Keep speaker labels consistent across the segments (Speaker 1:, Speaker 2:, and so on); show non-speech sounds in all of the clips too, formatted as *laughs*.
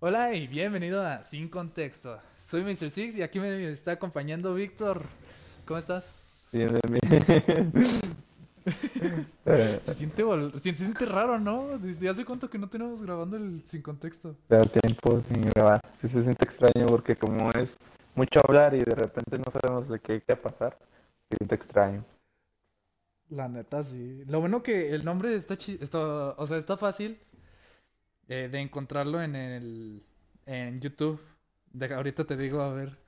Speaker 1: Hola y bienvenido a Sin Contexto. Soy Mr. Six y aquí me está acompañando Víctor. ¿Cómo estás?
Speaker 2: Bien, *laughs* bien, bien.
Speaker 1: Se siente, vol- se siente raro, ¿no? Desde hace cuánto que no tenemos grabando el Sin Contexto.
Speaker 2: Te da tiempo sin grabar. Sí se siente extraño porque como es mucho hablar y de repente no sabemos de qué va a pasar, se siente extraño.
Speaker 1: La neta, sí. Lo bueno que el nombre está, chi- está- o sea, está fácil eh, de encontrarlo en el en YouTube. De- ahorita te digo, a ver,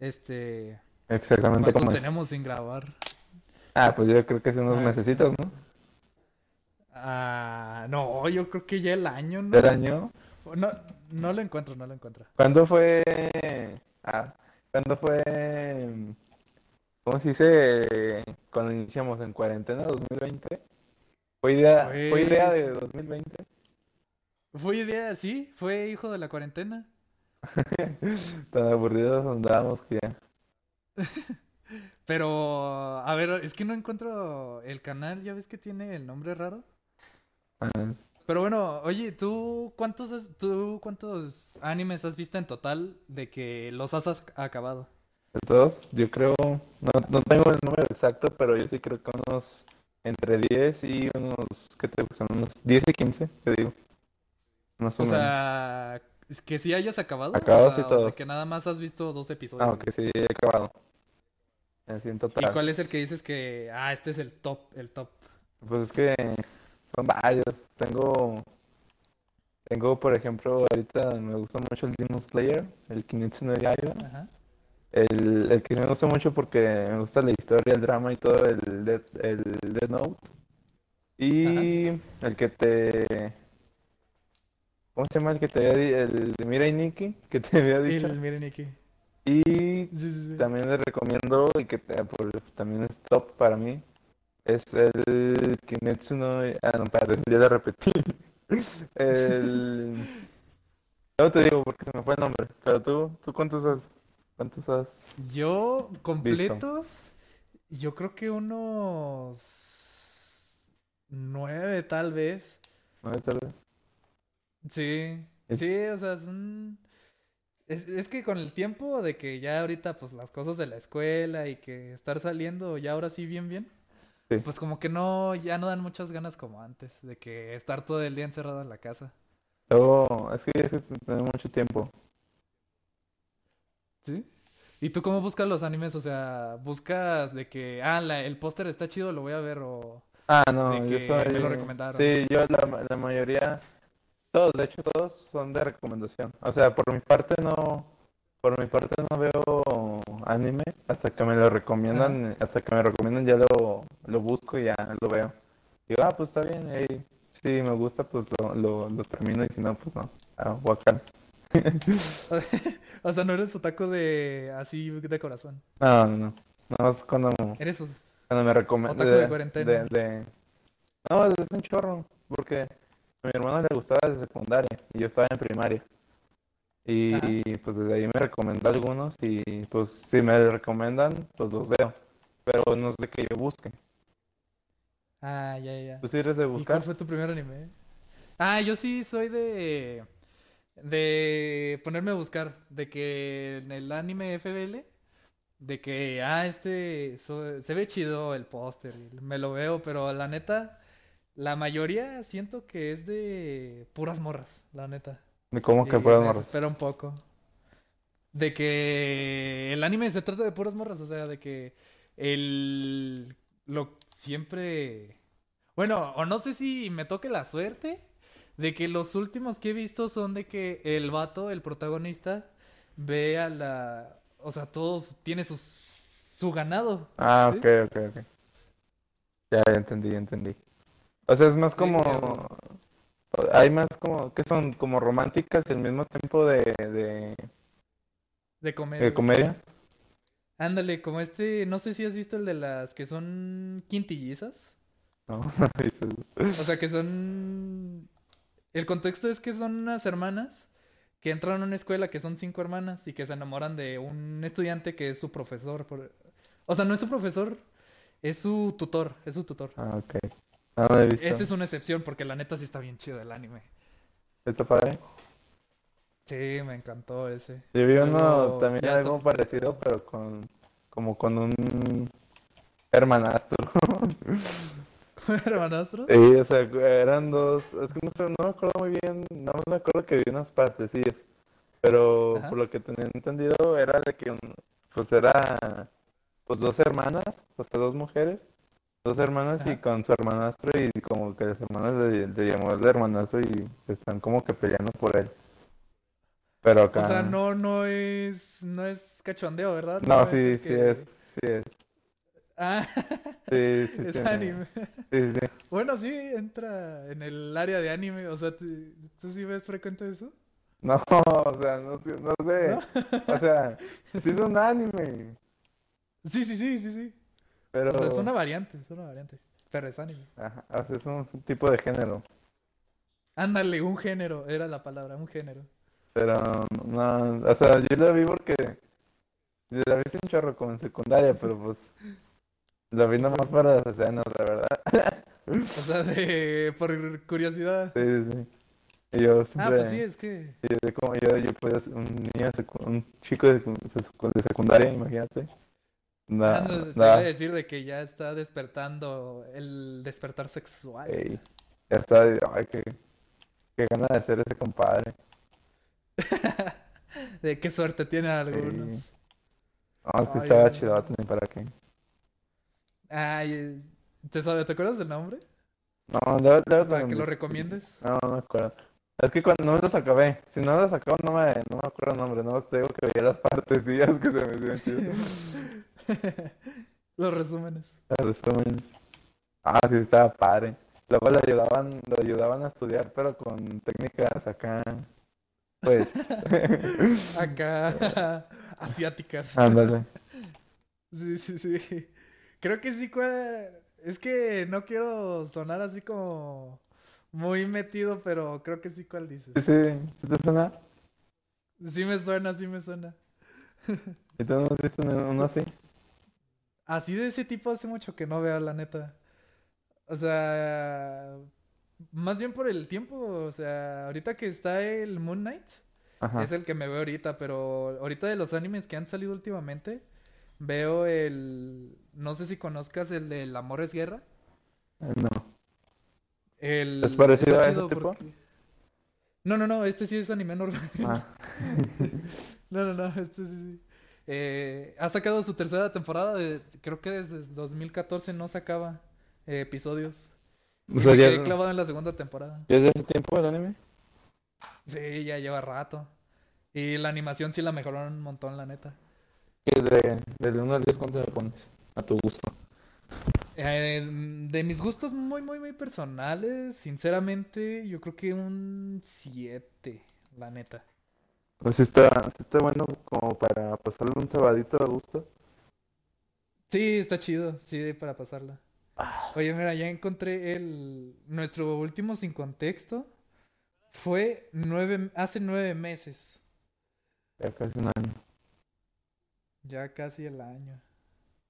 Speaker 1: este,
Speaker 2: Exactamente
Speaker 1: ¿cuánto
Speaker 2: como es.
Speaker 1: tenemos sin grabar?
Speaker 2: Ah, pues yo creo que hace unos
Speaker 1: Ah,
Speaker 2: mesecitos, ¿no?
Speaker 1: Ah, no, yo creo que ya el año, ¿no?
Speaker 2: Del año.
Speaker 1: No, no lo encuentro, no lo encuentro.
Speaker 2: ¿Cuándo fue? Ah, ¿cuándo fue? ¿Cómo se dice? Cuando iniciamos en cuarentena 2020. Fue idea, fue idea de
Speaker 1: Pues
Speaker 2: 2020.
Speaker 1: Fue idea, sí, fue hijo de la cuarentena.
Speaker 2: *laughs* Tan aburridos andábamos que ya.
Speaker 1: Pero, a ver, es que no encuentro el canal, ya ves que tiene el nombre raro.
Speaker 2: Ah,
Speaker 1: Pero bueno, oye, ¿tú cuántos, has- tú cuántos animes has visto en total de que los has as- acabado?
Speaker 2: De todos, yo creo, no, no tengo el número exacto, pero yo sí creo que unos entre 10 y unos, ¿qué te gustan? Unos 10 y 15, te digo. Más o,
Speaker 1: O
Speaker 2: menos.
Speaker 1: sea, ¿es que sí hayas acabado, o
Speaker 2: Acabados y
Speaker 1: sea, o de
Speaker 2: todos.
Speaker 1: que nada más has visto dos episodios.
Speaker 2: Ah, ok, sí, he acabado. Así en
Speaker 1: ¿Y
Speaker 2: total.
Speaker 1: cuál es el que dices que, ah, este es el top, el top?
Speaker 2: Pues es que son varios. Tengo, tengo, por ejemplo, ahorita me gusta mucho el Demon Slayer, el Kimetsu no Yaiba.
Speaker 1: Ajá.
Speaker 2: El, el que me gusta mucho porque me gusta la historia, el drama y todo, el Death, el Death Note. Y el que te... ¿Cómo se llama? El que te había di- el de Mirai Nikki, *laughs* que te había dicho.
Speaker 1: El, miren aquí.
Speaker 2: Y
Speaker 1: Sí, sí, sí.
Speaker 2: también le recomiendo, y que te- por- también es top para mí, es el Kimetsu no... Ah, no, espérate, *laughs* ya lo repetí. El... No te digo porque se me fue el nombre, pero tú, ¿tú cuántos has? ¿Cuántos has?
Speaker 1: Yo, completos, yo creo que unos nueve tal vez.
Speaker 2: No, tal vez.
Speaker 1: Sí,
Speaker 2: Es-
Speaker 1: sí, o sea, son... es, es que con el tiempo de que ya ahorita pues las cosas de la escuela y que estar saliendo ya ahora sí bien bien,
Speaker 2: Sí.
Speaker 1: pues como que no, ya no dan muchas ganas como antes de que estar todo el día encerrado en la casa.
Speaker 2: Luego, Oh, es que es que tener mucho tiempo.
Speaker 1: ¿Sí? ¿Y tú cómo buscas los animes? O sea, buscas de que, ah, la- el póster está chido, lo voy a ver o...
Speaker 2: Ah, no,
Speaker 1: De
Speaker 2: yo
Speaker 1: que
Speaker 2: soy.
Speaker 1: me lo recomendaron.
Speaker 2: Sí, yo la, ma- la mayoría, todos, de hecho, todos son de recomendación. O sea, por mi parte no, por mi parte no veo anime hasta que me lo recomiendan, hasta que me recomiendan ya lo, lo busco y ya lo veo. Digo, ah, pues está bien, eh, si me gusta, pues lo, lo, lo termino y si no, pues no. Ah, guacán.
Speaker 1: *laughs* O sea, no eres otaku de así de corazón.
Speaker 2: *laughs* No, no, no. Nada más cuando
Speaker 1: Eres... os-
Speaker 2: Cuando me recomienda.
Speaker 1: Otaku de cuarentena.
Speaker 2: No, es un chorro. Porque a mi hermano le gustaba desde secundaria y yo estaba en primaria. Y
Speaker 1: Ajá.
Speaker 2: pues desde ahí me recomendó algunos y pues si me recomiendan, pues los veo. Pero no es de que yo busque.
Speaker 1: Ah, ya, ya, ya.
Speaker 2: ¿Tú sí eres de
Speaker 1: ¿Y cuál
Speaker 2: Pues, buscar?
Speaker 1: fue tu primer anime? Ah, yo sí soy de. de ponerme a buscar. De que en el anime FBL. De que, ah, este. so- se ve chido el póster. y Me lo veo, pero la neta. La mayoría siento que es de puras morras, la neta.
Speaker 2: ¿Cómo
Speaker 1: Y
Speaker 2: que fueron
Speaker 1: me
Speaker 2: morros?
Speaker 1: desespera un poco. De que el anime se trata de puras morras, o sea, de que el lo siempre bueno, o no sé si me toque la suerte de que los últimos que he visto son de que el vato, el protagonista, ve a la, o sea, todos tiene sus su ganado.
Speaker 2: Ah,
Speaker 1: ¿sí?
Speaker 2: ok, ok, ok. Ya, ya entendí, ya entendí. O sea, es más como. Hay más como. que son? Como románticas y al mismo tiempo de, de,
Speaker 1: De comer.
Speaker 2: de comedia. *laughs*
Speaker 1: Ándale, como este, no sé si has visto el de las que son quintillizas.
Speaker 2: No, no he visto eso.
Speaker 1: O sea, que son... El contexto es que son unas hermanas que entran a una escuela, que son cinco hermanas, y que se enamoran de un estudiante que es su profesor. por- O sea, no es su profesor, es su tutor, es su tutor.
Speaker 2: Ah, ok. No, no lo he visto.
Speaker 1: Esa es una excepción porque la neta sí está bien chido el anime.
Speaker 2: ¿Está padre?
Speaker 1: Sí, me encantó ese. *laughs*
Speaker 2: Yo vi uno
Speaker 1: Luego,
Speaker 2: también
Speaker 1: ya
Speaker 2: algo
Speaker 1: to-
Speaker 2: parecido, pero con como con un hermanastro. *laughs*
Speaker 1: ¿Hermanastro?
Speaker 2: Sí, o sea, eran dos, es que no sé, no me acuerdo muy bien, no me acuerdo que vi unas partecillas, pero
Speaker 1: Ajá.
Speaker 2: por lo que tenía entendido era de que un- pues era pues dos hermanas, o sea, dos mujeres, dos hermanas y
Speaker 1: Ajá.
Speaker 2: con su hermanastro y como que las hermanas le, le llamó el hermanastro y están como que peleando por él. Pero acá
Speaker 1: O sea, no, no es, no es cachondeo, ¿verdad?
Speaker 2: No,
Speaker 1: es de
Speaker 2: sí, sí
Speaker 1: que-
Speaker 2: es, sí es.
Speaker 1: Ah,
Speaker 2: Sí, sí,
Speaker 1: *laughs* es
Speaker 2: tiene-
Speaker 1: anime.
Speaker 2: Sí, sí.
Speaker 1: Bueno, sí, entra en el área de anime. O sea, ¿tú, tú sí ves frecuente eso?
Speaker 2: *laughs* No, o sea, no, sé- no sé. O sea, sí es un anime,
Speaker 1: Sí, sí, sí, sí, sí.
Speaker 2: pero...
Speaker 1: O sea, es una variante, es una variante. Pero es anime.
Speaker 2: Ajá, o sea, es un tipo de género.
Speaker 1: Ándale, un género, era la palabra, un género.
Speaker 2: Pero, no, o sea, yo la vi porque... Yo la vi sin chorro como en secundaria, pero pues... La vi nomás para las escenas, la verdad. *laughs*
Speaker 1: O sea, de, por curiosidad.
Speaker 2: Sí, sí, sí. Y yo
Speaker 1: Ah,
Speaker 2: siempre...
Speaker 1: pues sí, es que.
Speaker 2: y yo, como, yo, yo podía ser un niño, secu- un chico de, secu- de secu- de secundaria, imagínate. No,
Speaker 1: Ando, te iba a decir Ah, de que ya está despertando el despertar sexual.
Speaker 2: Ey, ya está, ay, qué, qué gana de ser ese compadre.
Speaker 1: De qué suerte tienen algunos.
Speaker 2: No, Ah, sí
Speaker 1: Ay,
Speaker 2: estaba
Speaker 1: no.
Speaker 2: chido, ni para qué.
Speaker 1: Ay, eh, ¿te sabes, te acuerdas del
Speaker 2: *laughs*
Speaker 1: nombre? *laughs*
Speaker 2: No, luego, luego
Speaker 1: Para
Speaker 2: te-
Speaker 1: que lo recomiendes.
Speaker 2: No, no me acuerdo. Es que cuando no me los acabé, si no me los acabo, no me, no me acuerdo el nombre, no te digo que veía las partecillas que se me hicieron
Speaker 1: *laughs*
Speaker 2: chidas.
Speaker 1: Los resúmenes.
Speaker 2: Los resúmenes. Ah, sí, estaba padre. Luego lo ayudaban, lo ayudaban a estudiar, pero con técnicas acá, pues,
Speaker 1: *laughs* Acá, *laughs* asiáticas.
Speaker 2: ándale.
Speaker 1: Sí, sí, sí. *laughs* Creo que sí, cua- es que no quiero sonar así como muy metido, pero creo que sí cuál dices.
Speaker 2: Sí, sí, ¿sí ¿te suena?
Speaker 1: Sí me suena, sí me suena.
Speaker 2: ¿Y tú no has visto ni uno así?
Speaker 1: Así de ese tipo hace mucho que no veo, la neta. O sea, más bien por el tiempo, o sea, ahorita que está el Moon Knight,
Speaker 2: Ajá.
Speaker 1: es el que me veo ahorita, pero ahorita de los animes que han salido últimamente, veo el, no sé si conozcas el del Amor es Guerra.
Speaker 2: No. Ah.
Speaker 1: *laughs* El...
Speaker 2: ¿Es parecido
Speaker 1: está
Speaker 2: a ese
Speaker 1: chido
Speaker 2: tipo?
Speaker 1: porque- No, no, no, este sí es anime normal.
Speaker 2: Ah,
Speaker 1: *laughs* No, no, no, este sí. sí. Eh, ha sacado su tercera temporada, de- creo que desde 2014 no sacaba eh, episodios.
Speaker 2: o
Speaker 1: Y
Speaker 2: sea,
Speaker 1: me
Speaker 2: ya,
Speaker 1: quedé clavado en la segunda temporada.
Speaker 2: ¿ya es de hace tiempo el anime?
Speaker 1: Sí, ya lleva rato. Y la animación sí la mejoraron un montón, la neta.
Speaker 2: Que de, del 1 al 10, ¿cuánto le pones? A tu gusto.
Speaker 1: Eh, de mis gustos muy, muy, muy personales, sinceramente, yo creo que un 7, la neta.
Speaker 2: Pues sí está, sí está bueno como para pasarle un sabadito a gusto.
Speaker 1: Sí, está chido, sí, para pasarla.
Speaker 2: Ah.
Speaker 1: Oye, mira, ya encontré el... Nuestro último sin contexto fue nueve... hace nueve meses,
Speaker 2: Ya casi un año.
Speaker 1: ya casi el año.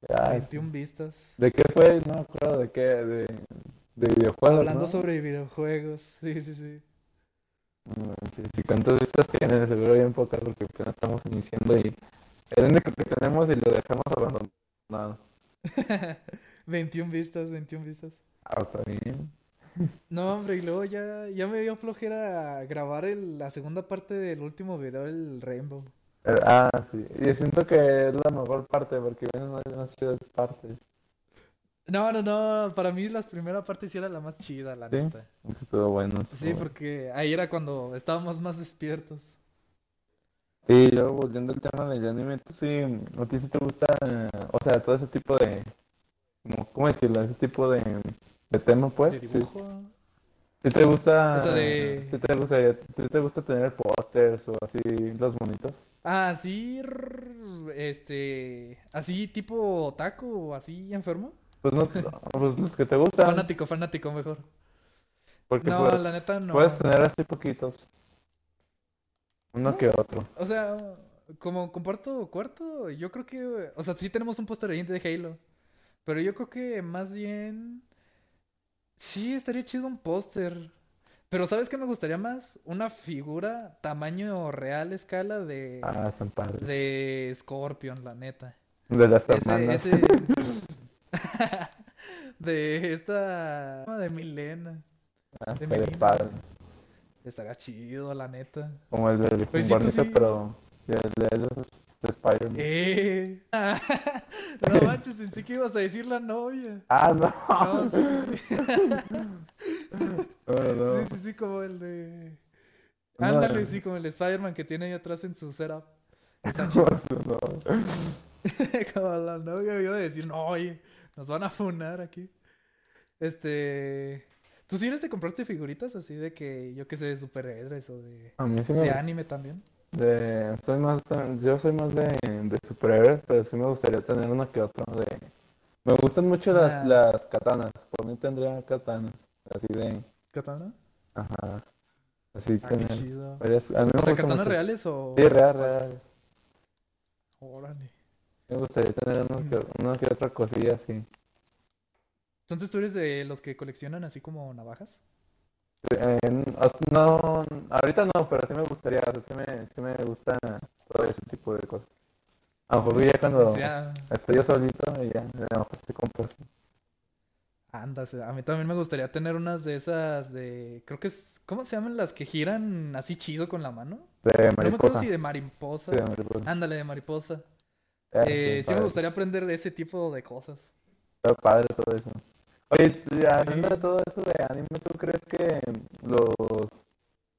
Speaker 2: Ya,
Speaker 1: 21 vistas.
Speaker 2: ¿De qué fue? No me acuerdo de qué, de, de videojuegos,
Speaker 1: Hablando
Speaker 2: ¿no?
Speaker 1: sobre videojuegos, sí, sí, sí. *laughs*
Speaker 2: No manches, ¿Y cuántas vistas tiene? Seguro bien pocas porque apenas estamos iniciando y el único que tenemos y lo dejamos abandonado.
Speaker 1: 21 vistas, 21 vistas.
Speaker 2: Ah, está bien.
Speaker 1: No, hombre, y luego ya, ya me dio flojera grabar el- la segunda parte del último video, el Rainbow.
Speaker 2: Eh, Ah, sí. Y siento que es la mejor parte porque vienen unas unas chidas partes.
Speaker 1: No, no, no, para mí la primera parte sí era la más chida, la
Speaker 2: ¿Sí?
Speaker 1: neta.
Speaker 2: Estuvo bueno.
Speaker 1: Sí,
Speaker 2: estuvo bueno.
Speaker 1: porque ahí era cuando estábamos más despiertos.
Speaker 2: Sí, yo volviendo al tema del anime, tú sí, a ti sí te gusta, eh, o sea, todo ese tipo de, como, ¿cómo decirlo? Ese tipo de, de tema, pues,
Speaker 1: De
Speaker 2: sí,
Speaker 1: dibujo.
Speaker 2: sí te gusta,
Speaker 1: O sea, de-
Speaker 2: sí te gusta, sí te gusta tener pósters o así, los bonitos.
Speaker 1: Ah, sí, rrr, este, así tipo otaku, así enfermo. *laughs*
Speaker 2: Pues no, pues los que te gustan,
Speaker 1: Fanático, fanático mejor.
Speaker 2: porque
Speaker 1: No,
Speaker 2: puedes,
Speaker 1: la neta no.
Speaker 2: puedes tener así poquitos, uno que otro.
Speaker 1: O sea, como comparto cuarto, yo creo que, o sea, sí tenemos un póster ahí de Halo, pero yo creo que más bien, sí, estaría chido un póster. Pero ¿sabes qué me gustaría más? Una figura tamaño real, escala de,
Speaker 2: Ah, están padres.
Speaker 1: de Scorpion, la neta.
Speaker 2: De las
Speaker 1: Ese,
Speaker 2: hermanas.
Speaker 1: ese... *laughs* de esta... De Milena.
Speaker 2: Ah,
Speaker 1: de
Speaker 2: estaría
Speaker 1: mi-
Speaker 2: padre.
Speaker 1: Estaría chido, la neta.
Speaker 2: Como el de
Speaker 1: Pues
Speaker 2: Pues
Speaker 1: sí, tú sí.
Speaker 2: pero de, de, de, de Spider-Man.
Speaker 1: ¡Eh! *laughs* no manches, pensé que ibas a decir la novia.
Speaker 2: Ah,
Speaker 1: No,
Speaker 2: no.
Speaker 1: sí,
Speaker 2: *laughs*
Speaker 1: sí, sí.
Speaker 2: No, Oh, no.
Speaker 1: Sí, sí, sí, como el de.
Speaker 2: No,
Speaker 1: Ándale,
Speaker 2: el-
Speaker 1: sí, como el Spider-Man que tiene ahí atrás en su setup.
Speaker 2: *laughs*
Speaker 1: Está chido. *laughs*
Speaker 2: No, no.
Speaker 1: como la novia me iba a decir, no, oye, nos van a funar aquí. Este. ¿Tú sí eres de comprarte figuritas así de que, yo qué sé, de superhéroes o de,
Speaker 2: A mí sí me
Speaker 1: de
Speaker 2: gusta.
Speaker 1: anime también?
Speaker 2: De, soy más, de- yo soy más de, de superhéroes, pero sí me gustaría tener una que otra. De, me gustan mucho las,
Speaker 1: Ah.
Speaker 2: las katanas. Por mí tendría katanas. Así de.
Speaker 1: ¿Katana?
Speaker 2: Ajá. Así
Speaker 1: Ah, qué
Speaker 2: tener.
Speaker 1: chido.
Speaker 2: varias- a mí me
Speaker 1: O sea,
Speaker 2: gusta
Speaker 1: ¿katanas
Speaker 2: mucho.
Speaker 1: reales o.?
Speaker 2: Sí, real, real.
Speaker 1: Órale.
Speaker 2: Me gustaría tener una que, una que otra cosilla así.
Speaker 1: Entonces tú eres de los que coleccionan así como navajas.
Speaker 2: Eh, o sea, no, ahorita no, pero sí me gustaría. O sea, sí me, sí me gusta todo ese tipo de cosas. A lo mejor ya cuando
Speaker 1: O sea,
Speaker 2: estoy yo solito, y ya, pues, a lo mejor sí compro así.
Speaker 1: andas. A mí también me gustaría tener unas de esas de. Creo que es. ¿Cómo se llaman las que giran así chido con la mano?
Speaker 2: De
Speaker 1: No me acuerdo
Speaker 2: mariposa.
Speaker 1: si de mariposa.
Speaker 2: Sí, de mariposa.
Speaker 1: Ándale, de mariposa.
Speaker 2: Ah,
Speaker 1: Eh, sí me
Speaker 2: padre,
Speaker 1: gustaría aprender de ese tipo de cosas.
Speaker 2: Está padre todo eso. Oye, y hablando de
Speaker 1: Sí.
Speaker 2: todo eso de anime, ¿tú crees que los,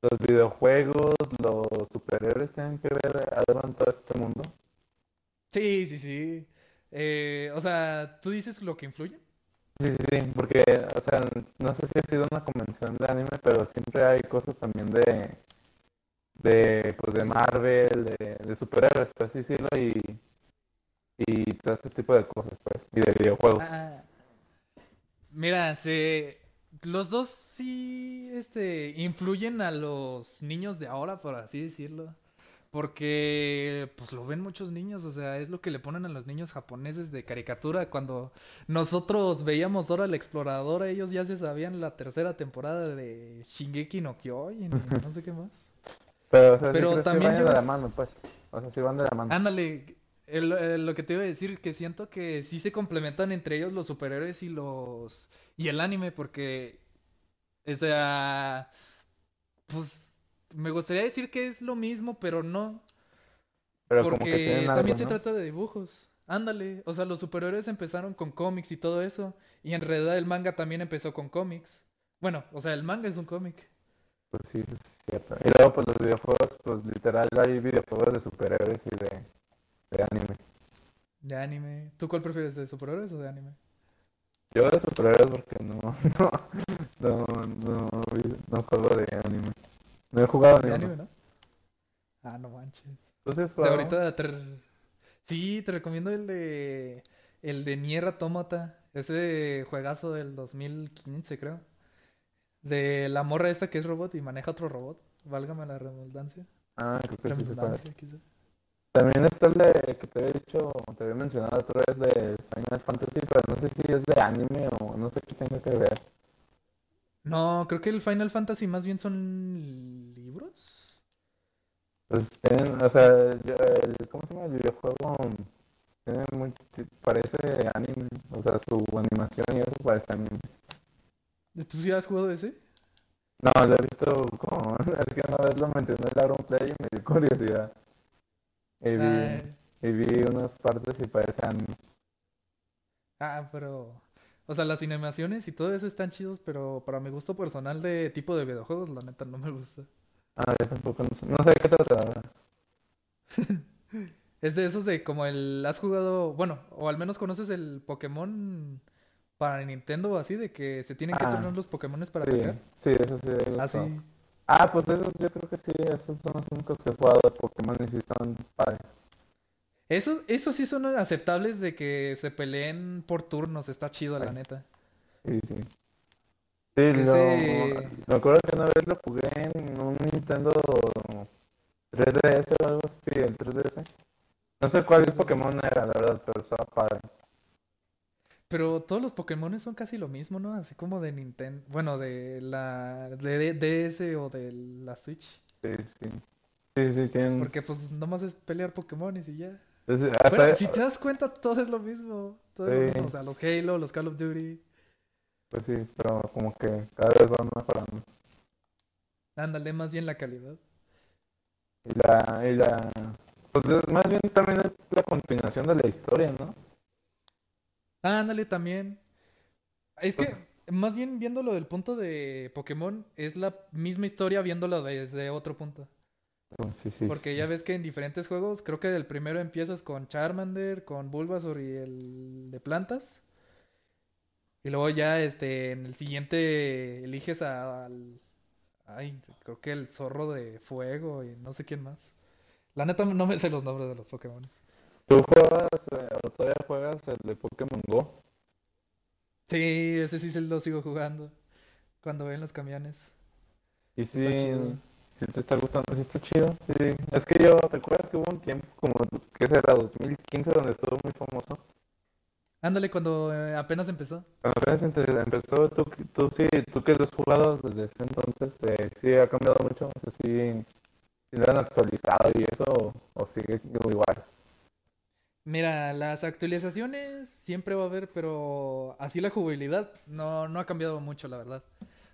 Speaker 2: los videojuegos, los superhéroes tienen que ver algo en todo este mundo?
Speaker 1: Sí, sí, sí. Eh, o sea, ¿tú dices lo que influye?
Speaker 2: Sí, sí, sí, porque, o sea, no sé si ha sido una convención de anime, pero siempre hay cosas también de, de, pues, de Marvel, de, de superhéroes, por así decirlo, y, y todo este tipo de cosas, pues, y de videojuegos.
Speaker 1: Ah, mira, se... los dos sí este, influyen a los niños de ahora, por así decirlo. Porque pues lo ven muchos niños, o sea, es lo que le ponen a los niños japoneses de caricatura. Cuando nosotros veíamos Dora la Exploradora, ellos ya se sabían la tercera temporada de Shingeki no Kyojin, y no sé qué más.
Speaker 2: Pero, o sea, sí
Speaker 1: Pero
Speaker 2: creo que
Speaker 1: también
Speaker 2: van
Speaker 1: yo Ah,
Speaker 2: de la
Speaker 1: s-
Speaker 2: mano, pues, o sea, sí van de la mano.
Speaker 1: Ándale, el- el- lo que te iba a decir, que siento que sí se complementan entre ellos los superhéroes y los y el anime, porque, o sea, pues me gustaría decir que es lo mismo, pero no,
Speaker 2: Pero como que
Speaker 1: porque
Speaker 2: tienen algo,
Speaker 1: también se
Speaker 2: ¿no?
Speaker 1: trata de dibujos. Ándale, o sea, los superhéroes empezaron con cómics y todo eso, y en realidad el manga también empezó con cómics. Bueno, o sea, el manga es un cómic.
Speaker 2: Pues sí, es cierto. Y luego, pues los videojuegos, pues literal, hay videojuegos de superhéroes y de, de anime.
Speaker 1: De anime. ¿Tú cuál prefieres, de superhéroes o de anime?
Speaker 2: Yo de superhéroes porque no, *laughs* no, no, no, no juego de anime. No he jugado
Speaker 1: De
Speaker 2: ni
Speaker 1: anime,
Speaker 2: anime.
Speaker 1: ¿no? Ah, no manches.
Speaker 2: Entonces,
Speaker 1: Te-
Speaker 2: jugado?
Speaker 1: ahorita te... re- Sí, te recomiendo el de... El de Nier Automata. Ese juegazo del 2015, creo. De la morra esta que es robot y maneja otro robot. Válgame la redundancia.
Speaker 2: Ah, creo que sí se puede.
Speaker 1: Redundancia, quizá.
Speaker 2: También está el de que te había dicho, te había mencionado otra vez de Final Fantasy, pero no sé si es de anime o no sé qué tenga que ver.
Speaker 1: No, creo que el Final Fantasy más bien son libros.
Speaker 2: Pues tienen, o sea, yo- el, ¿cómo se llama? El videojuego mm, tiene mucho, parece anime, o sea, su animación y eso parece anime.
Speaker 1: ¿Tú sí has jugado ese?
Speaker 2: No, lo he visto como, *laughs* es que una vez lo mencionó el Aaron Play y me dio curiosidad. Y vi,
Speaker 1: Ah,
Speaker 2: y vi unas partes y parece anime.
Speaker 1: ah, pero... O sea, las animaciones y todo eso están chidos, pero para mi gusto personal de tipo de videojuegos, la neta no me gusta.
Speaker 2: Ah, yo tampoco, no, sé- no sé de qué trataba.
Speaker 1: Es de esos de como el. Has jugado. Bueno, o al menos conoces el Pokémon para Nintendo o así, de que se tienen que
Speaker 2: Ah.
Speaker 1: turnar los Pokémones para Ah,
Speaker 2: Sí,
Speaker 1: atacar.
Speaker 2: sí, eso sí. he
Speaker 1: Así.
Speaker 2: visto. Ah, pues esos yo creo que sí, esos son los únicos que he jugado de Pokémon y sí están padres.
Speaker 1: Eso, eso sí son aceptables de que se peleen por turnos, está chido, la neta.
Speaker 2: Sí, sí. Sí,
Speaker 1: Que
Speaker 2: lo,
Speaker 1: ese-
Speaker 2: me acuerdo que una vez lo jugué en un Nintendo 3DS o algo así, el 3DS. No sé cuál
Speaker 1: Sí, sí.
Speaker 2: Pokémon era, la verdad, pero estaba padre.
Speaker 1: Pero todos los Pokémon son casi lo mismo, ¿no? Así como de Nintendo. Bueno, de la de de DS o de la Switch.
Speaker 2: Sí, sí. Sí, sí, tienen.
Speaker 1: Porque pues nomás es pelear Pokémon y ya.
Speaker 2: es-
Speaker 1: Bueno,
Speaker 2: Mm. hasta-
Speaker 1: si te das cuenta, todo es lo mismo. Todo es lo
Speaker 2: Sí.
Speaker 1: mismo. O sea, los Halo, los Call of Duty.
Speaker 2: Pues sí, pero como que cada vez van mejorando.
Speaker 1: Ándale, más bien la calidad.
Speaker 2: Y la, y la. Pues es- más bien también es la continuación de la historia, ¿no?
Speaker 1: Ándale, también. Es que, más bien viéndolo del punto de Pokémon, es la misma historia viéndolo desde otro punto.
Speaker 2: Oh, Sí, sí.
Speaker 1: Porque ya ves que en diferentes juegos, creo que del primero empiezas con Charmander, con Bulbasaur y el de plantas. Y luego ya este en el siguiente eliges a- al ay, creo que el zorro de fuego y no sé quién más. La neta no me sé los nombres de los Pokémon.
Speaker 2: ¿Tú juegas eh, o todavía juegas el de Pokémon Go?
Speaker 1: Sí, ese sí se lo sigo jugando cuando ven los camiones.
Speaker 2: Y sí,
Speaker 1: Está chido.
Speaker 2: sí te está gustando, sí está chido. Sí, sí. Es que yo, ¿te acuerdas que hubo un tiempo como que será 2015 donde estuvo muy famoso?
Speaker 1: Ándale, cuando eh, apenas empezó.
Speaker 2: Cuando apenas empe- empezó, tú, tú sí, tú que lo has jugado desde ese entonces, eh, sí ha cambiado mucho, o sea, sí, sí lo han actualizado y eso, o, o sigue igual.
Speaker 1: Mira, las actualizaciones siempre va a haber, pero así la jugabilidad no, no ha cambiado mucho, la verdad.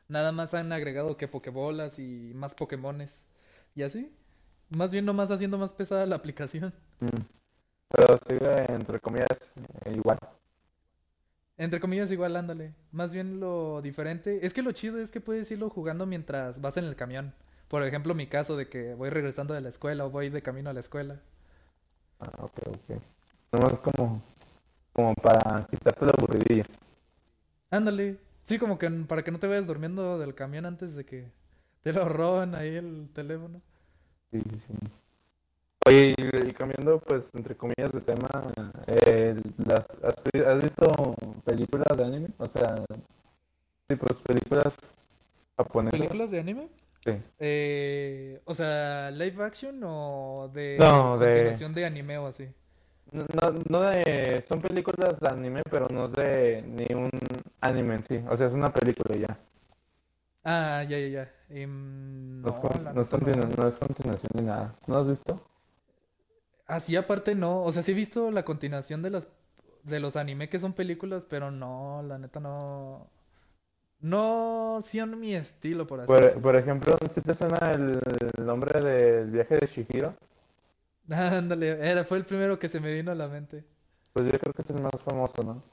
Speaker 1: Nada más han agregado que Pokébolas y más Pokémones. ¿Y así? Más bien nomás haciendo más pesada la aplicación. *laughs*
Speaker 2: Mm. Pero sigue, entre comillas, eh, igual.
Speaker 1: Entre comillas, igual, ándale. Más bien lo diferente. Es que lo chido es que puedes irlo jugando mientras vas en el camión. Por ejemplo, mi caso de que voy regresando de la escuela o voy de camino a la escuela.
Speaker 2: Ah, ok, ok. Nomás es como, como para quitarte la aburridilla.
Speaker 1: Ándale. Sí, como que para que no te vayas durmiendo del camión antes de que te lo roban ahí el teléfono.
Speaker 2: Sí, sí, sí. Oye, y, y cambiando, pues, entre comillas, de tema, eh, las, ¿has, vi- has visto películas de anime? O sea, sí, pues, películas japonesas.
Speaker 1: ¿Películas de anime?
Speaker 2: Sí.
Speaker 1: Eh, o sea, live action o de
Speaker 2: No, de-
Speaker 1: continuación de anime o así.
Speaker 2: No, no- no de, son películas de anime, pero no es de ni un anime en sí. O sea, es una película y ya.
Speaker 1: Ah, ya, ya, ya. Em,
Speaker 2: No es,
Speaker 1: no,
Speaker 2: con-
Speaker 1: la
Speaker 2: no es
Speaker 1: neta no.
Speaker 2: continu- no es continuación ni nada. ¿No has visto?
Speaker 1: Así aparte no. O sea, sí he visto la continuación de las de los anime que son películas, pero no, la neta no. No son mi estilo, por así
Speaker 2: Por,
Speaker 1: decirlo. *laughs*
Speaker 2: por ejemplo, si te suena el nombre del viaje de Shihiro?
Speaker 1: Ándale, era, fue el primero que se me vino a la mente.
Speaker 2: Pues yo creo que es el más famoso, ¿no?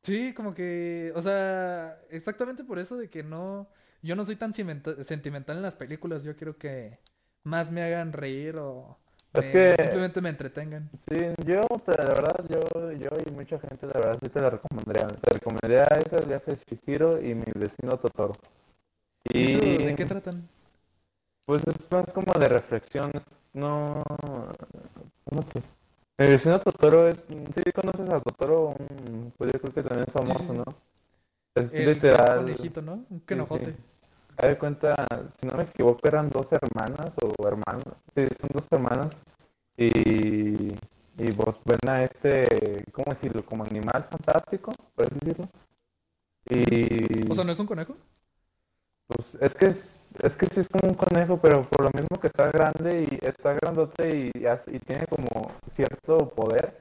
Speaker 1: Sí, como que, o sea, exactamente por eso de que no, yo no soy tan cimenta- sentimental en las películas, yo quiero que más me hagan reír o
Speaker 2: Es
Speaker 1: me-
Speaker 2: que-
Speaker 1: simplemente me entretengan.
Speaker 2: Sí, yo, te- la verdad, yo, yo y mucha gente, la verdad, sí te la recomendaría. Te recomendaría ese el viaje de Shihiro y mi vecino Totoro.
Speaker 1: ¿Y eso de
Speaker 2: Y,
Speaker 1: qué tratan?
Speaker 2: pues es más como de reflexión, es- no... ¿Cómo que? Mi vecino Totoro es... Sí, conoces a Totoro, un- pues yo creo que también es
Speaker 1: sí,
Speaker 2: famoso,
Speaker 1: sí.
Speaker 2: ¿no? Es
Speaker 1: El que es un
Speaker 2: literal...
Speaker 1: conejito, ¿no? Un quenojote.
Speaker 2: Haz de cuenta, si no me equivoco, eran dos hermanas o hermanos. Sí, son dos hermanas. Y, y pues ven a este, ¿cómo decirlo? Como animal fantástico, por así decirlo. Y
Speaker 1: O sea, ¿no es un conejo?
Speaker 2: pues, es que es, es que sí es como un conejo, pero por lo mismo que está grande y está grandote y, hace- y tiene como cierto poder.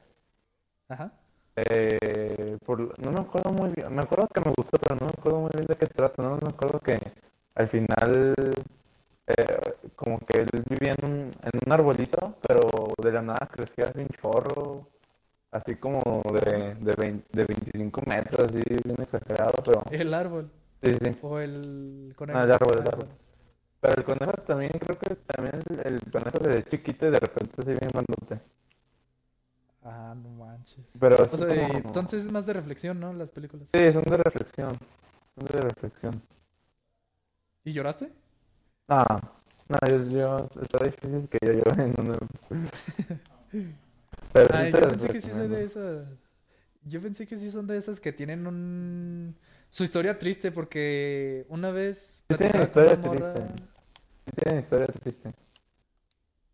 Speaker 1: Ajá.
Speaker 2: Eh, por- no me acuerdo muy bien, me acuerdo que me gustó, pero no me acuerdo muy bien de qué trata, no me acuerdo que al final eh, como que él vivía en un, en un arbolito, pero de la nada crecía así un chorro, así como de, de, vein- de 25 metros, así bien exagerado, pero
Speaker 1: El árbol
Speaker 2: sí, sí.
Speaker 1: o el conejo.
Speaker 2: Ah, el árbol, el
Speaker 1: Ah,
Speaker 2: árbol. Pero el conejo también, creo que también el, el conejo se ve chiquito y de repente se bien grandote.
Speaker 1: Ah, no manches.
Speaker 2: Pero
Speaker 1: O
Speaker 2: así
Speaker 1: sea, y
Speaker 2: como-
Speaker 1: entonces es más de reflexión, ¿no? Las películas.
Speaker 2: sí, son de reflexión, son de reflexión.
Speaker 1: ¿Y lloraste?
Speaker 2: No, Ah, no, yo, yo- está difícil que yo llore en
Speaker 1: *laughs*
Speaker 2: una... Pero sí
Speaker 1: Ay,
Speaker 2: te
Speaker 1: yo
Speaker 2: las
Speaker 1: pensé que sí soy
Speaker 2: recomiendo.
Speaker 1: de esas. Yo pensé que sí son de esas que tienen un. Su historia triste, porque una vez
Speaker 2: Sí tienen
Speaker 1: platicaba con
Speaker 2: historia
Speaker 1: una morra-
Speaker 2: triste. Sí tienen historia triste.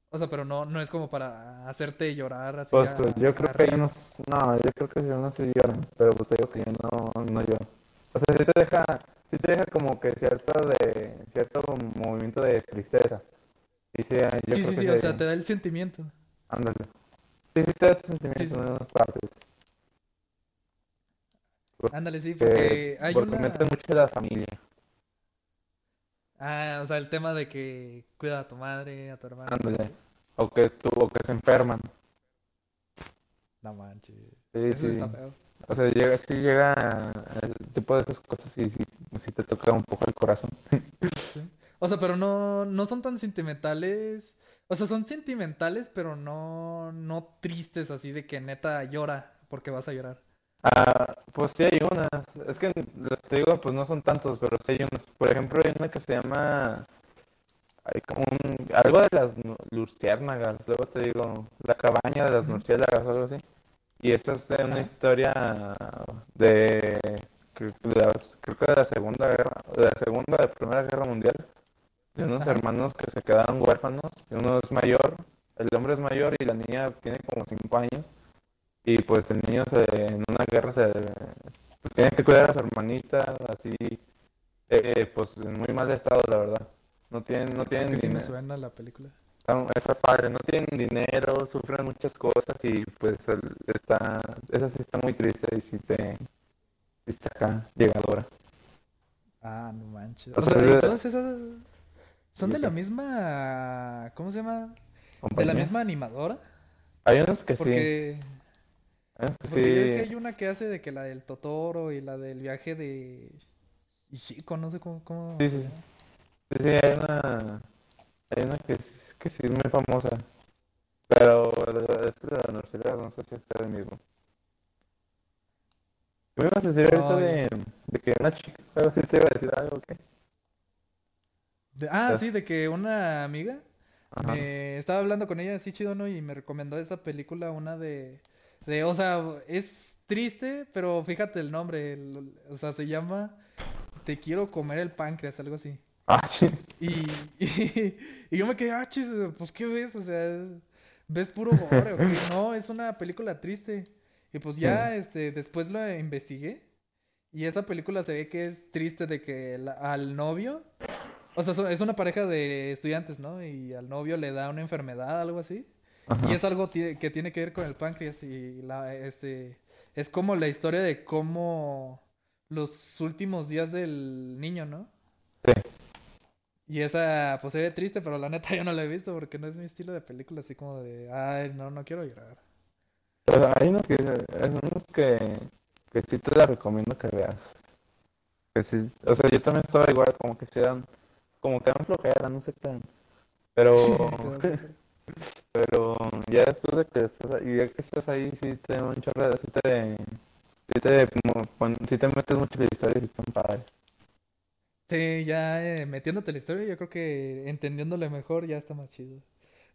Speaker 1: O O sea, pero no, no es como para hacerte llorar así.
Speaker 2: Pues
Speaker 1: a-
Speaker 2: yo creo
Speaker 1: a
Speaker 2: que hay
Speaker 1: reír.
Speaker 2: unos. No, yo creo que unos sí lloran, pero pues te digo que yo no, no lloro. O sea, sí te deja, sí te deja como que cierta de, cierto movimiento de tristeza. Y sí, eh, yo
Speaker 1: Sí,
Speaker 2: creo
Speaker 1: sí,
Speaker 2: que
Speaker 1: sí, o sea, te da el sentimiento.
Speaker 2: Ándale. Sí, sí te da este sentimiento
Speaker 1: Sí, sí.
Speaker 2: en unas partes.
Speaker 1: Ándale, sí, porque
Speaker 2: Que,
Speaker 1: hay
Speaker 2: porque
Speaker 1: una...
Speaker 2: meten mucho la familia.
Speaker 1: Ah, o sea, el tema de que cuida a tu madre, a tu hermano.
Speaker 2: Ándale. O que tú, o que se enferman.
Speaker 1: No manches.
Speaker 2: Sí,
Speaker 1: Eso
Speaker 2: sí.
Speaker 1: está feo.
Speaker 2: O sea, llega, sí llega el tipo de esas cosas y sí, sí te toca un poco el corazón.
Speaker 1: O sea, pero no, no son tan sentimentales. O sea, son sentimentales, pero no, no tristes así de que neta llora porque vas a llorar.
Speaker 2: Ah, pues sí hay unas. Es que los te digo, pues no son tantos, pero sí hay unas. Por ejemplo, hay una que se llama hay como un- algo de las nu- luciérnagas, luego te digo, la cabaña de las
Speaker 1: Ujú.
Speaker 2: murciélagas, algo así. Y esta es de una
Speaker 1: Ajá.
Speaker 2: historia de creo que de la, creo que de la Segunda Guerra, de la Segunda, de Primera Guerra Mundial, de unos
Speaker 1: Ajá.
Speaker 2: hermanos que se quedaron huérfanos, y uno es mayor, el hombre es mayor y la niña tiene como cinco años. Y pues el niño se- en una guerra se pues, tiene que cuidar a su hermanita, así, eh, pues en muy mal estado, la verdad. No tienen, no
Speaker 1: Creo
Speaker 2: tienen
Speaker 1: que sí me
Speaker 2: dinero.
Speaker 1: suena la película.
Speaker 2: Está, está padre, no tienen dinero, sufren muchas cosas y pues el- está, esa sí está muy triste y sí te, sí está acá, llegadora.
Speaker 1: Ah, no manches.
Speaker 2: O
Speaker 1: O sea,
Speaker 2: sea,
Speaker 1: y todas esas son de la
Speaker 2: Yo-
Speaker 1: misma. ¿Cómo se llama? De la
Speaker 2: compañía.
Speaker 1: misma animadora.
Speaker 2: Hay unos que sí,
Speaker 1: Porque,
Speaker 2: hay unos que
Speaker 1: porque ya ves que
Speaker 2: sí,
Speaker 1: hay una que hace de que la del Totoro y la del viaje de Chico, no sé cómo, cómo
Speaker 2: Sí,
Speaker 1: se
Speaker 2: sí.
Speaker 1: llama.
Speaker 2: sí, sí, hay una, hay una que, sí- que sí es muy famosa, pero la- esta de la universidad no sé si está el mismo. ¿Qué me ibas a decir ahorita
Speaker 1: Ay.
Speaker 2: de, de que una chica, *laughs* algo así te iba a decir algo, ¿qué?
Speaker 1: De- ah,
Speaker 2: Ah.
Speaker 1: sí, de que una amiga
Speaker 2: Ajá.
Speaker 1: me Eh, estaba hablando con ella así chido, ¿no? Y me recomendó esa película, una de, de, o sea, es triste, pero fíjate el nombre, el- o sea, se llama Te quiero comer el páncreas, algo así.
Speaker 2: Ah, sí.
Speaker 1: Y, *laughs* y, y yo me quedé, ah, chis, pues ¿qué ves? O sea, ¿ves puro gore o qué? No, es una película triste. Y pues ya, este, después lo investigué. Y esa película se ve que es triste de que el- al novio, o sea, so- es una pareja de estudiantes, ¿no? Y al novio le da una enfermedad, algo así.
Speaker 2: Ajá.
Speaker 1: Y es algo ti- que tiene que ver con el páncreas y la, este, es como la historia de cómo los últimos días del niño, ¿no?
Speaker 2: Sí.
Speaker 1: Y esa, pues se ve triste, pero la neta *laughs* yo no la he visto porque no es mi estilo de película, así como de, ay, no, no quiero llorar.
Speaker 2: Pero Pues hay unos que, hay unos que, que sí te la recomiendo que veas. Que sí, o sea, yo también estaba igual, como que se dan, como que dan flojera, no sé qué. dan. Pero, *laughs* pero ya después de que estás ahí, ya que estás ahí, sí te da un chorro, sí te, sí te, mo- pon- sí te metes mucho en la historia y sí están padres.
Speaker 1: Sí, ya eh, metiéndote en la historia, yo creo que entendiéndole mejor ya está más chido.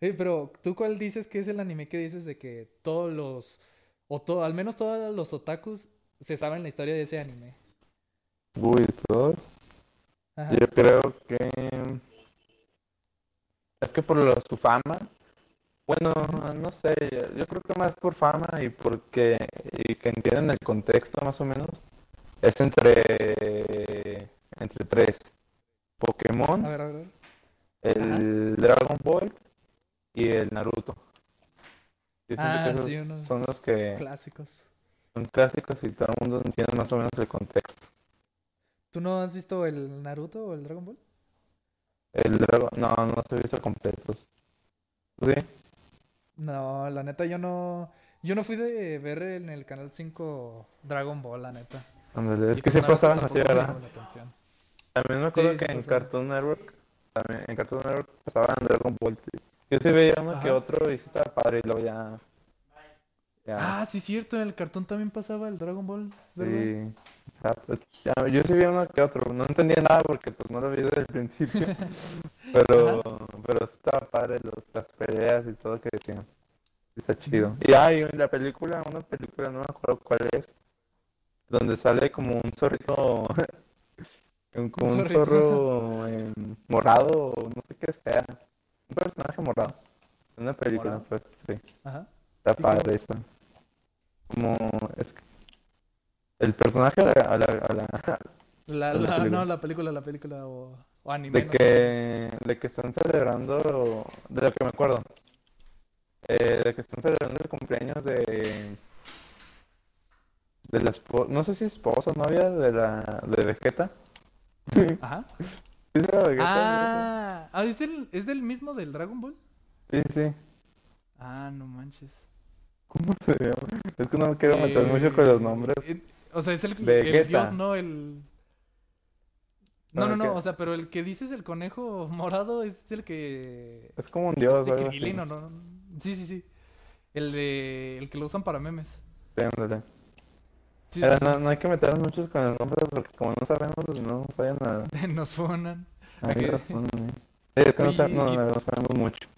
Speaker 1: Eh, pero, ¿tú cuál dices que es el anime que dices de que todos los, o todo, al menos todos los otakus se saben la historia de ese anime?
Speaker 2: Uy, todos.
Speaker 1: Ajá.
Speaker 2: Yo creo que es que por lo- su fama, bueno,
Speaker 1: Ujú.
Speaker 2: no sé, yo creo que más por fama y porque y que entiendan el contexto más o menos, es entre entre tres,
Speaker 1: A
Speaker 2: Pokémon,
Speaker 1: ver, a ver, a ver. Ajá.
Speaker 2: el Dragon Ball y el Naruto. Yo siento que
Speaker 1: Ah,
Speaker 2: esos
Speaker 1: sí, unos
Speaker 2: son los que
Speaker 1: clásicos.
Speaker 2: son clásicos y todo el mundo entiende más o menos el contexto.
Speaker 1: ¿Tú no has visto el Naruto o el Dragon Ball?
Speaker 2: El Dragon, no, no se he visto completos. ¿Tú ¿Sí?
Speaker 1: No, la neta yo no, yo no fui de ver en el canal 5 Dragon Ball, la neta.
Speaker 2: Ándale, es
Speaker 1: Y
Speaker 2: que
Speaker 1: pues
Speaker 2: siempre
Speaker 1: Naruto
Speaker 2: pasaban así,
Speaker 1: tampoco me
Speaker 2: ¿verdad?
Speaker 1: llamó la atención.
Speaker 2: También me acuerdo
Speaker 1: Sí,
Speaker 2: que
Speaker 1: sí
Speaker 2: en
Speaker 1: pasaban.
Speaker 2: Cartoon Network, también en Cartoon Network pasaban Dragon Ball. sí. Yo sí veía uno que
Speaker 1: Ajá.
Speaker 2: otro y sí estaba padre y luego ya, ya,
Speaker 1: Ah, sí, cierto, en el cartón también pasaba el Dragon Ball, ¿verdad?
Speaker 2: sí, ya, pues, ya, yo sí veía uno que otro, no entendía nada porque pues no lo vi desde el
Speaker 1: *laughs*
Speaker 2: principio, pero, pero sí estaba padre los, las peleas y todo que decían, Sí está chido. Y hay la película, una película, no me acuerdo cuál es, donde sale como un zorrito, *laughs* un- como un
Speaker 1: zorrito. *laughs*
Speaker 2: zorro em, morado, o no sé qué sea, un personaje morado, no Una película,
Speaker 1: Morado.
Speaker 2: pues, sí.
Speaker 1: Ajá.
Speaker 2: Está
Speaker 1: ¿Y cómo
Speaker 2: padre
Speaker 1: es?
Speaker 2: eso. Como es que el personaje a la, a la-
Speaker 1: *laughs*
Speaker 2: a la-
Speaker 1: La,
Speaker 2: La
Speaker 1: la-
Speaker 2: película.
Speaker 1: no, la película, la película o, o anime.
Speaker 2: de
Speaker 1: no sé.
Speaker 2: que de que están celebrando de lo que me acuerdo eh, de que están celebrando el cumpleaños de de la esposa no sé si esposa o novia de la de Vegeta *laughs*
Speaker 1: Ajá.
Speaker 2: ¿Sí se llama Vegeta?
Speaker 1: Ah, ah, ¿es, del, ¿es del mismo del Dragon Ball?
Speaker 2: sí sí
Speaker 1: Ah, no manches.
Speaker 2: cómo se llama es que no me quiero meter mucho con
Speaker 1: Eh,
Speaker 2: los nombres
Speaker 1: eh, O sea, es el, el
Speaker 2: Vegeta.
Speaker 1: dios, no el. No,
Speaker 2: Ah,
Speaker 1: no, no,
Speaker 2: ok.
Speaker 1: o sea, pero el que dices el conejo morado es el que.
Speaker 2: es como un dios
Speaker 1: este
Speaker 2: o algo así.
Speaker 1: Krilin, ¿o no? no? Sí, sí, sí. El de. El que lo usan para memes.
Speaker 2: Sí, ándale.
Speaker 1: Sí,
Speaker 2: Pero
Speaker 1: sí,
Speaker 2: no, no hay que meternos muchos con el nombre porque como no sabemos pues, no vayan a
Speaker 1: sí. *laughs* Nos funan.
Speaker 2: a mí
Speaker 1: Ok.
Speaker 2: razón, eh. Sí, es que no, sa-
Speaker 1: Oye,
Speaker 2: no,
Speaker 1: y-
Speaker 2: no sabemos mucho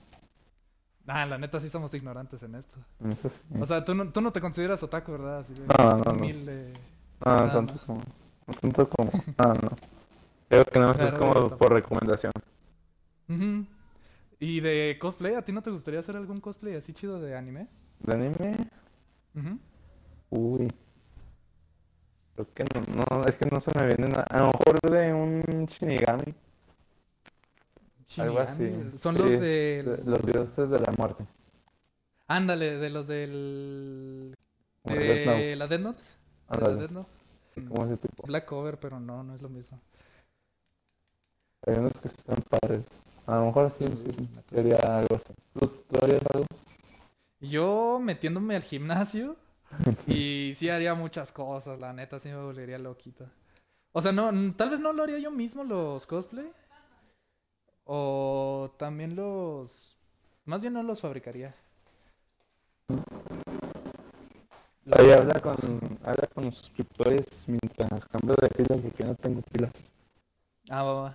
Speaker 1: Ah, la neta sí somos ignorantes en esto.
Speaker 2: Eso sí.
Speaker 1: O sea, tú no, tú no te consideras otaku, ¿verdad? Así de-
Speaker 2: Mm. No, no, no.
Speaker 1: humilde.
Speaker 2: No,
Speaker 1: Nada
Speaker 2: tanto
Speaker 1: más.
Speaker 2: como. No tanto como. Ah, no. Creo que nada más es
Speaker 1: Claro,
Speaker 2: como
Speaker 1: tampoco.
Speaker 2: por recomendación.
Speaker 1: Ujú. ¿Y de cosplay? ¿A ti no te gustaría hacer algún cosplay así chido de anime?
Speaker 2: ¿De anime?
Speaker 1: Ujú.
Speaker 2: Uy. Creo que no, no, es que no se me viene nada. A lo mejor de un Shinigami. Algo así.
Speaker 1: Shinigami, Son
Speaker 2: Sí,
Speaker 1: los
Speaker 2: de-
Speaker 1: del...
Speaker 2: Los dioses de la muerte.
Speaker 1: Ándale, de los del...
Speaker 2: Como Death Note.
Speaker 1: De la Dead Note. De la
Speaker 2: Ándale,
Speaker 1: Eh, Death Note.
Speaker 2: como ese tipo.
Speaker 1: Black Cover, pero no, no es lo mismo.
Speaker 2: Hay unos que están padres. A lo mejor sí,
Speaker 1: Sí,
Speaker 2: sí,
Speaker 1: la neta sí.
Speaker 2: sería algo así. ¿Tú, tú harías algo?
Speaker 1: Yo metiéndome al
Speaker 2: *laughs*
Speaker 1: gimnasio y sí haría muchas cosas, la neta, sí me volvería loquito. O sea, no, n- tal vez no lo haría yo mismo los cosplay. O también los... Más bien no los fabricaría. Lo-
Speaker 2: Oye, habla con, habla con los suscriptores mientras cambio de pilas porque yo no tengo pilas.
Speaker 1: Ah, va, va.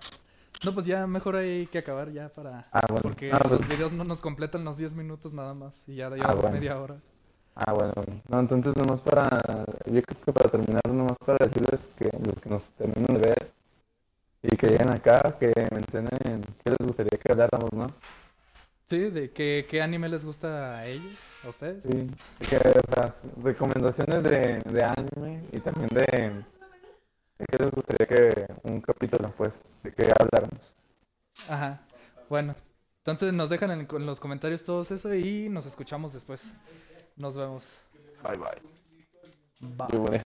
Speaker 1: No, pues ya mejor hay que acabar ya para...
Speaker 2: Ah, bueno.
Speaker 1: Porque
Speaker 2: Ah, pues-
Speaker 1: los videos no nos completan los 10 minutos nada más y ya llevamos
Speaker 2: Ah, bueno.
Speaker 1: media hora.
Speaker 2: Ah, bueno, bueno. No, entonces nomás para, yo creo que para terminar, nomás para decirles que los que nos terminan de ver y que lleguen acá, que mencionen qué les gustaría que habláramos, ¿no?
Speaker 1: Sí, de qué, qué anime les gusta a ellos, a ustedes.
Speaker 2: Sí, que, o sea, recomendaciones de, de anime y también de, de qué les gustaría que un capítulo, pues, de que habláramos.
Speaker 1: Ajá. Bueno, entonces nos dejan en, en los comentarios todos eso y nos escuchamos después. Nos vemos.
Speaker 2: Bye, bye.
Speaker 1: Bye.
Speaker 2: Qué buena